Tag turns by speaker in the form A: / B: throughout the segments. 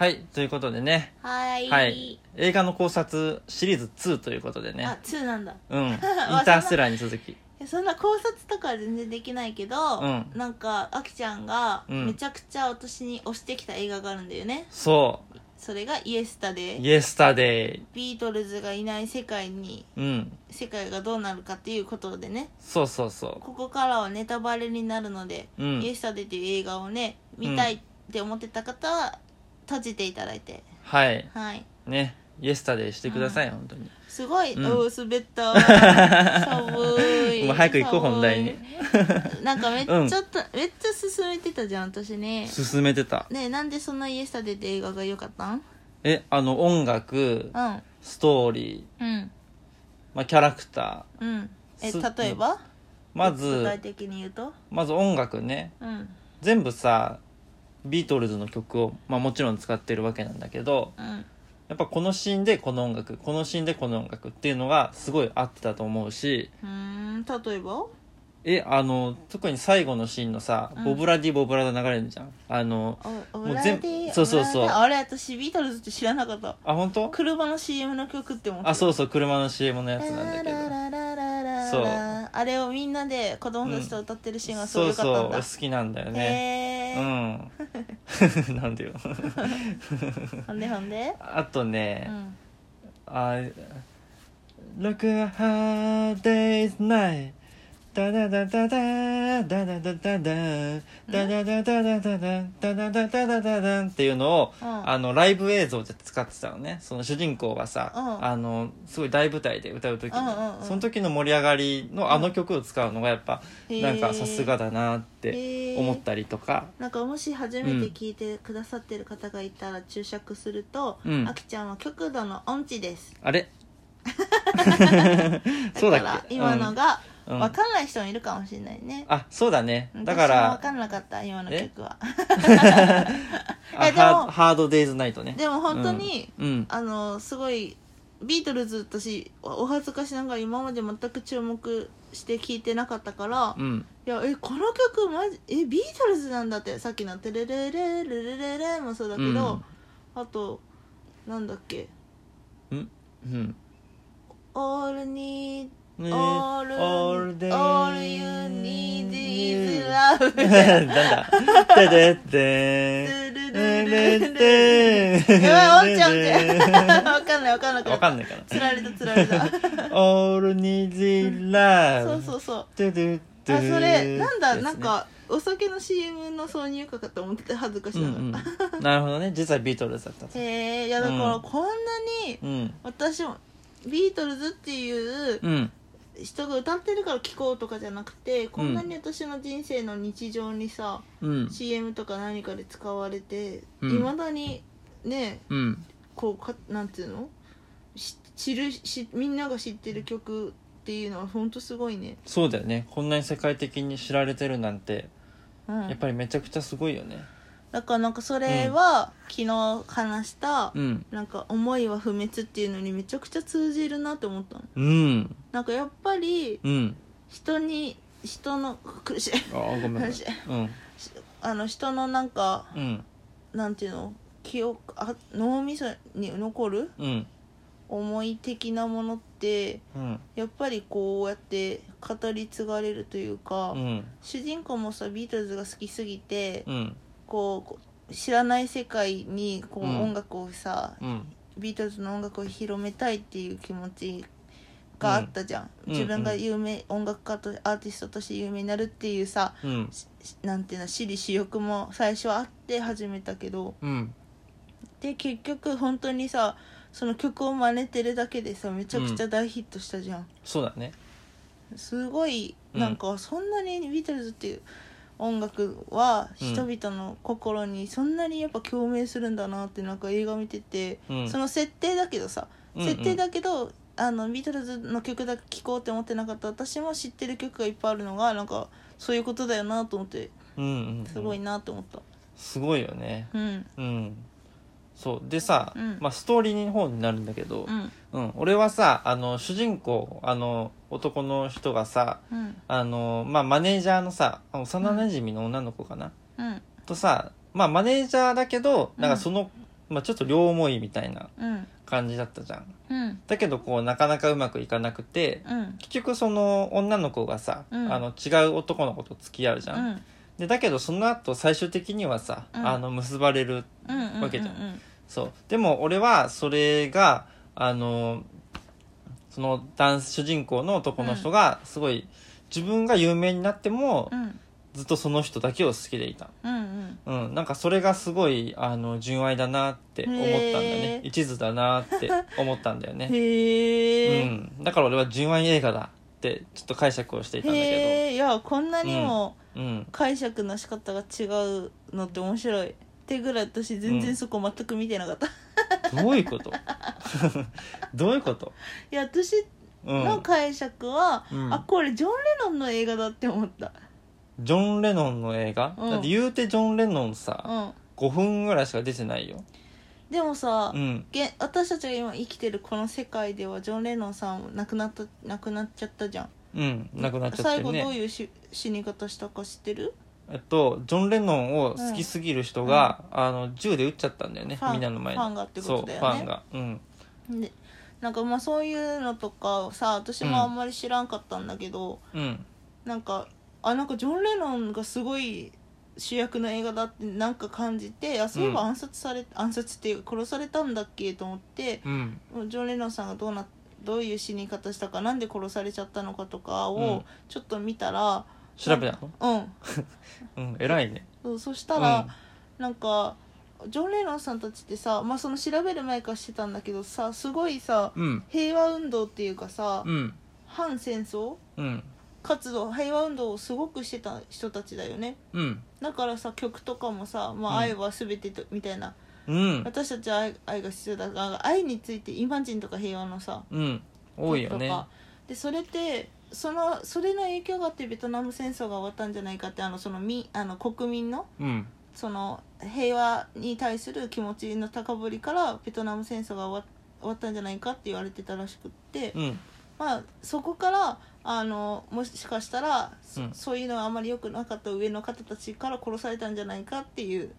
A: はい、ということでね、
B: はい
A: はい、映画の考察シリーズ2ということで
B: あ
A: ね、
B: 2なんだ
A: うん、インターステラーに続き、
B: いやそんな考察とかは全然できないけど、
A: うん
B: なんかあきちゃんが
A: うん
B: めちゃくちゃ私に推してきた映画があるんだよね、
A: そ
B: それが「イエスタ
A: う、
B: で
A: イエスタデ
B: ビートルズがいない世界に
A: イ、うん、
B: 世界がどうなるかっていうことでね
A: そうそうそ
B: ここからはネタバレになるので「
A: う、うん
B: イエ、スタデー」っていう映画をね見たいって思ってた方は閉じていただいて、
A: はい、
B: はい
A: ね、イエスタデイしてください、本当に。
B: すごい、
A: うん
B: おー滑った 寒い
A: もう早く行こう
B: 寒い
A: 本題に
B: なんかめっち
A: うん
B: ゃと、めっちゃ進めてたじゃん私ね
A: 進めてた。
B: ねえなんでそんな「イエスタデー」って映画が良かったん
A: え、あの、音楽、
B: うん
A: ストーリー、
B: うん
A: まあ、キャラクター。
B: うんえ
A: す
B: 例えば
A: ま
B: 具体
A: ず、
B: 的に言うと
A: まず音楽ね、
B: うん
A: 全部さ、ビートルズの曲を、まあ、もちろん使ってるわけなんだけど、
B: うん
A: やっぱこのシーンでこの音楽、このシーンでこの音楽っていうのがすごい合ってたと思うし、
B: うーん例えば
A: え、あの、特に最後のシーンのさ
B: う、ん
A: ボブラディボブラダ流れるじゃん。あの、
B: おオ
A: う
B: ラ
A: 全部
B: で
A: そうそうそう
B: オラであれ私ビートルズって知らなかった
A: あ、本当
B: 車の CM の曲って思って
A: あ、そううそう、車の CM のや
B: ラ
A: つなんだけど。
B: ラララララ
A: そう
B: あれをみんなで子供たちと歌ってるシーンがすごい
A: そう
B: 良
A: そう
B: かったんだ、
A: 俺好きなんだよね、うん なんでよ
B: へえほんでほんで
A: あと
B: う
A: ね、
B: ん
A: あ Look at how days night ダダダダダダダダダダダダダダダダダダダダダダダダンっていうのを
B: うん
A: あのライブ映像で使ってたのねその主人公がさ、
B: うん
A: あのすごい大舞台で歌う時に、
B: うんうんうん
A: その時の盛り上がりのあの曲を使うのがやっぱ、なんかさすがだなって
B: て
A: 思ったりとか、
B: なんかもし初めて聞いてくださってる方がいたら注釈すると、
A: うん
B: あきちゃんは極度の音痴です
A: あれ
B: だ
A: そう
B: か
A: だっ
B: ら
A: け
B: 今のが
A: うんうん
B: 分かんない人もいるかもしれないね、
A: あそうだねだか
B: 私も
A: ら
B: 分かんなかった今の曲は
A: あ
B: えでも
A: ハードハードデイズナイトね
B: でも本当に、
A: うん、うん
B: あのすごいビートルズ私お恥ずかしながら今まで全く注目して聞いてなかったから、
A: うん
B: いやえこの曲マジえビートルズなんだってさっきの「テレレレレレレレ」もそうだけど、
A: うん
B: あとなんだっけ
A: うん
B: 「オールニー
A: ね
B: All-
A: All day
B: All you need is love
A: なんだてで てでで
B: ルルルルル
A: で
B: ルやばい落ちちゃう落ちゃうわかんないわかんなくな
A: わか
B: った
A: んないかな
B: つられたつられた
A: All need is love
B: そうそうそう
A: てでて
B: あそれなんだ
A: ですね
B: なんかお酒の CM の挿入歌かと思ってて恥ずかし
A: うん
B: な
A: うん
B: がら、
A: なるほどね実はビートルズだったんですね
B: へえいやだから
A: うん
B: こんなに
A: うん
B: 私もビートルズっていう
A: うん
B: 人が歌ってるから聴こうとかじゃなくてこんなに私の人生の日常にさ、
A: うん
B: CM とか何かで使われてい
A: うん
B: ま、未だにね
A: うん
B: こうかなんていうのし知るしみんなが知ってる曲っていうのはほんとすごいね、
A: そうだよねこんなに世界的に知られてるなんて
B: うん
A: やっぱりめちゃくちゃすごいよね
B: だからなんかそれは、昨日話した、
A: うん
B: なんか「思いは不滅」っていうのにめちゃくちゃ通じるなって思ったの
A: うん
B: なんかやっぱり
A: うん
B: 人に人の苦しい
A: あごめんごめん
B: し
A: うん
B: あの人のなんか
A: うん
B: なんていうの記憶あ脳みそに残る
A: うん
B: 思い的なものって
A: うん
B: やっぱりこうやって語り継がれるというか、
A: うん
B: 主人公もさビートルズが好きすぎて、
A: うん
B: こうこう知らない世界にこう、
A: うん
B: 音楽をさ
A: うん
B: ビートルズの音楽を広めたいっていう気持ちがあったじゃん、
A: うん
B: 自分が有名、音楽家とアーティストとして有名になるっていうさ
A: うん
B: しなんていうの私利私欲も最初はあって始めたけど
A: うん
B: で結局本当にさその曲を真似てるだけでさめちゃくちゃ大ヒットしたじゃん、
A: そうだね
B: すごい
A: うん
B: なんかそんなにビートルズっていう音楽は
A: うん
B: 人々の心にそんなにやっぱ共鳴するんだなってなんか映画見てて、
A: うん
B: その設定だけど
A: うん
B: さ、
A: うん
B: 設定だけどあのビートルズの曲だけ聴こうって思ってなかった私も知ってる曲がいっぱいあるのがなんかそういうことだよなと思って
A: うんうんうん
B: すごいなと思った
A: すごいよね
B: うん
A: うんそうでさ
B: うん
A: まあストーリーの方になるんだけど
B: うん
A: うん俺はさあの主人公あの男の人がさ
B: うん
A: あのまあマネージャーのさ幼馴染の女の子かな
B: うん
A: とさまあマネージャーだけどなんかその、まあ、ちょっと両思いみたいな
B: うん
A: 感じだったじゃん
B: うん
A: だけどこうなかなかうまくいかなくて
B: うん
A: 結局その女の子がさ、
B: うん
A: あの違う男の子と付き合うじゃん、
B: うん
A: でだけどその後最終的にはさ、
B: うん
A: あの結ばれる
B: うんうん
A: わけじゃん
B: うんうん
A: そうでも俺はそれがあのその男主人公の男の人がすごい、自分が有名になっても
B: うん
A: ずっとその人だけを好きでいた
B: うん
A: うんなんかそれがすごいあの純愛だなって思ったんだよね
B: へー
A: 一途だなって思ったんだよ
B: う
A: ね
B: んへ
A: う
B: え
A: ん、だから俺は純愛映画だってちょっと解釈をしていたんだけ
B: へえいやこんなにも
A: ど、うん、
B: 解釈の仕方が違うのって面白いってぐらい私全然そこ全く見てなかった、 い
A: どういうこと どういうこと、
B: や私
A: うん、
B: の解釈は、
A: うん
B: あこれジョン・レノンの映画だって思った
A: ジョン・レノンの映画、
B: うん
A: だって言うてジョン・レノン
B: う
A: さ、
B: ん
A: 5分ぐらいしか出てないよ、
B: でもさ、
A: うん、
B: げ私たちが今生きてるこの世界ではジョン・レノンさん亡くなった亡くなっちゃったじゃん
A: うんなくなっちゃっ
B: 最
A: てる
B: 後どう
A: ね
B: いうし死に方したか知ってる
A: えっとジョン・レノンを好きすぎる人が、あの銃で撃っちゃったんだよね
B: ファン
A: みんなの前に
B: ファンがってことだよね
A: そうファンがうん
B: でなんかまあそういうのとかさ私もあんまり知らんかったんだけど、
A: うん
B: なんかあなんかジョン・レノンがすごい主役の映画だってなんか感じてあそういえば
A: うん
B: 暗殺され、暗殺っていうか殺されたんだっけと思って
A: うん
B: ジョン・レノンさんがどうなどういう死に方したかなんで殺されちゃったのかとかをちょっと見たら
A: 調べたの
B: うん、
A: うん偉いね
B: そうそしたら、なんかジョン・レノンさんたちってさ、まあ、その調べる前からしてたんだけどさすごいさ
A: うん
B: 平和運動っていうかさ、
A: うん
B: 反戦争
A: うん
B: 活動平和運動をすごくしてた人たちだよね
A: うん
B: だからさ曲とかもさ「ま
A: うん
B: あ、愛は全てと」みたいな
A: うん
B: 私たちは愛愛が必要だから愛について「イマジン」とか平和のさ
A: うん多いよ
B: 曲と
A: ね
B: かでそれってそのそれの影響があってベトナム戦争が終わったんじゃないかってあのそのみあの国民の
A: うん
B: その平和に対する気持ちの高ぶりからベトナム戦争が終わ終わったんじゃないかって言われてたらしくって、
A: うん
B: まあ、そこからあのもしかしたらそ,、
A: う
B: うんいうのはあまり良くなかった上の方たちから殺されたんじゃないかっていう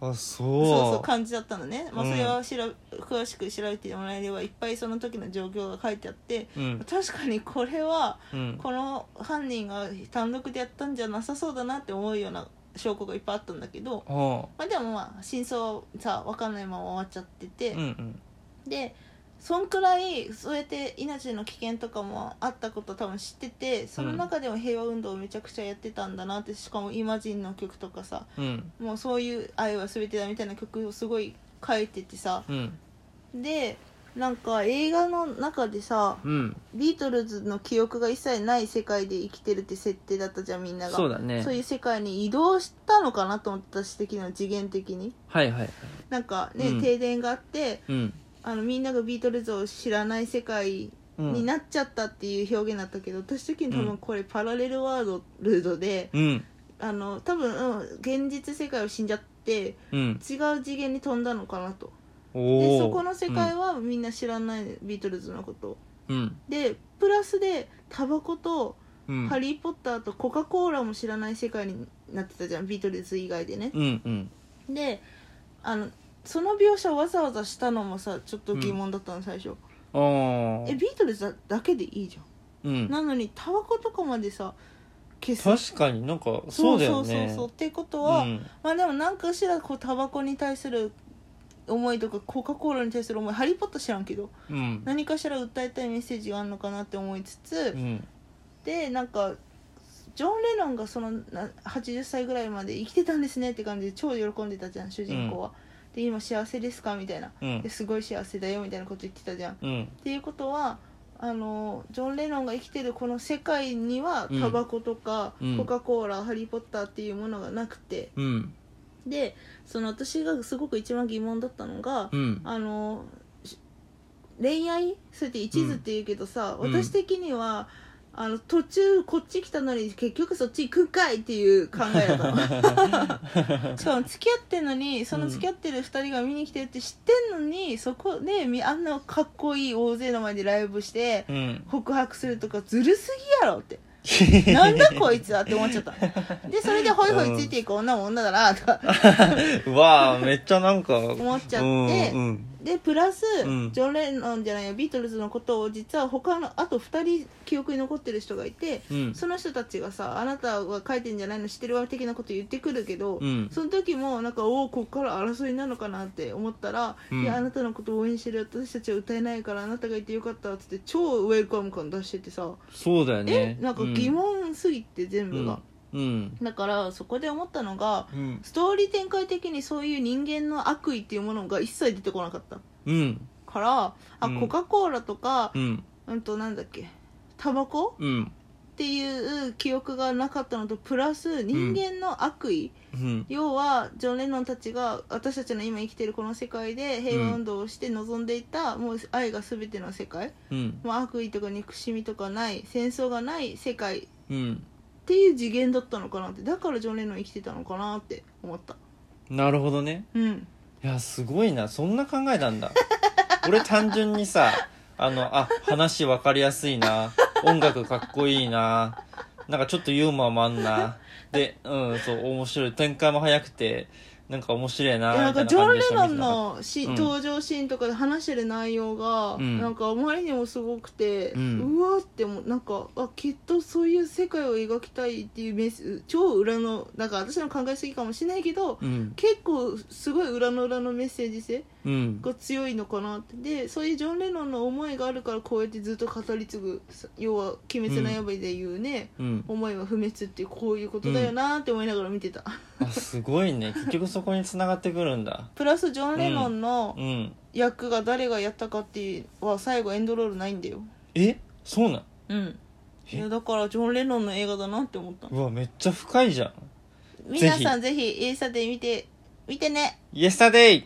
A: あ
B: そう
A: そ
B: そうう感じだったのね、まあ、
A: うん
B: それはしら、詳しく調べてもらえればいっぱいその時の状況が書いてあって
A: うん
B: 確かにこれは
A: うん
B: この犯人が単独でやったんじゃなさそうだなって思うような証拠がいっぱいあったんだけど。
A: お
B: まあ、でもまあ真相さ分かんないまま終わっちゃってて
A: う、うん
B: でそんくらいそうやって命の危険とかもあったこと多分知っててその中でも平和運動をめちゃくちゃやってたんだなってしかも「イマジン」の曲とかさ
A: うんうん
B: もうそういう「愛は全てだ」みたいな曲をすごい書いててさ
A: うん
B: でなんか映画の中でさ
A: うん
B: ビートルズの記憶が一切ない世界で生きてるって設定だったじゃんみんなが
A: そうだね
B: そういう世界に移動したのかなと思って私的には次元的に
A: はいはいはい
B: なんかね、
A: うん
B: 停電があって
A: うん
B: あのみんながビートルズを知らない世界
A: うん
B: になっちゃったっていう表現だったけど、私的に多
A: うん
B: 分これパラレルワールドで、
A: うん
B: あの多分、うん現実世界を死んじゃって
A: うん
B: 違う次元に飛んだのかなと
A: お
B: で
A: お
B: そこの世界はみんな知らない、ビートルズのこと
A: うん
B: でプラスでタバコと
A: うん
B: 「ハリー・ポッター」とコカ・コーラも知らない世界になってたじゃんビートルズ以外でね、
A: うんうん
B: であのその描写をわざわざしたのもさちょっと疑問だったの最初、
A: あ
B: えビートルズだだけでいいじゃん、
A: あうん
B: なのにタバコとかまでさ消す
A: 確かになんかそうだよ
B: そう
A: ね
B: そうそうってことは、
A: うん
B: まあでも何かしらこうタバコに対する思いとかコカ・コーラに対する思いハリー・ポッター知らんけど
A: うん
B: 何かしら訴えたいメッセージがあるのかなって思いつつ、
A: うん
B: でなんかジョン・レノンがそのな80歳ぐらいまで生きてたんですねって感じで超喜んでたじゃん主人公は、で今幸せですかみたいな
A: う
B: で
A: ん
B: すごい幸せだよみたいなこと言ってたじゃんっ
A: うん
B: ていうことはあのジョン・レノンが生きてるこの世界には
A: うん
B: タバコとか、
A: うん
B: コカ・コーラハリー・ポッターっていうものがなくて
A: うん
B: でその私がすごく一番疑問だったのが、
A: うん
B: あのし恋愛それって一途って言うけどさ、
A: うん
B: 私的にはあの途中こっち来たのに結局そっち行くんかいっていう考えだっ たの しかも付き合ってんのにその付き合ってる2人が見に来てるって知ってんのにそこでみあんなかっこいい大勢の前でライブして
A: うん
B: 告白するとかずるすぎやろってなんだこいつはって思っちゃったでそれでホイホイついていく女も女だなとか
A: わあめっちゃなんか思
B: っちゃって
A: うんうん
B: でプラス、
A: うん
B: ジョン・レノンじゃないよビートルズのことを実は他のあと2人記憶に残ってる人がいて、
A: うん
B: その人たちがさあなたは書いてんじゃないの知ってるわ的なこと言ってくるけど、
A: うん
B: その時もなんかおおこっから争いなのかなって思ったら、
A: うん
B: いやあなたのことを応援してる私たちは歌えないからあなたがいてよかったっつって超ウェルカム感出しててさ、
A: そうだよね
B: えなんか疑問すぎて全部が、
A: うん
B: だからそこで思ったのが
A: うん
B: ストーリー展開的にそういう人間の悪意っていうものが一切出てこなかった
A: うん
B: からあ、
A: うん
B: コカ・コーラとか
A: う、ん
B: うん、となんだっけタバコ
A: うん
B: っていう記憶がなかったのとプラス人間の悪意、
A: うん
B: 要はジョン・レノンたちが私たちの今生きてるこの世界で平和運動をして望んでいた、もう愛が全ての世界
A: うん
B: もう悪意とか憎しみとかない戦争がない世界っ
A: うん
B: ていう次元だったのかなってだからジョン・レノン生きてたのかなって思った
A: なるほどね
B: うん
A: いやすごいなそんな考えなんだ俺単純にさあのあ話分かりやすいな音楽かっこいいななんかちょっとユーモアもあんなでうんそう面白い展開も早くてなんか面白い
B: い
A: な
B: やな
A: み
B: ん
A: たい
B: か
A: な
B: ジョ
A: 感じ
B: ン・
A: で
B: レ
A: し
B: ノ
A: か見て
B: ン
A: なかっ
B: のし、
A: うん
B: 登場シーンとかで話してる内容が、
A: うん
B: なんかあまりにもすごくて、
A: う
B: うんわーってもなんかあきっとそういう世界を描きたいっていうメス超裏のなんか私の考えすぎかもしれないけど、
A: たうん
B: 結構すごい裏の裏のメッセージ性
A: うん
B: が強いのかなってでそういうジョン・レノンの思いがあるからこうやってずっと語り継ぐ要は「鬼滅の刃」で言うね、
A: うん
B: 思いは不滅ってこういうことだよなーって思いながら見てた、
A: あすごいね結局そこに繋がってくるんだ
B: プラスジョン・レノンの、
A: うん
B: 役が誰がやったかっていうは最後エンドロールないんだよ
A: えそうなん
B: うん
A: え
B: いやだからジョン・レノンの映画だなって思った
A: うわめっちゃ深いじゃん
B: 皆さんぜひインスタで見て見てね
A: イエスタデイ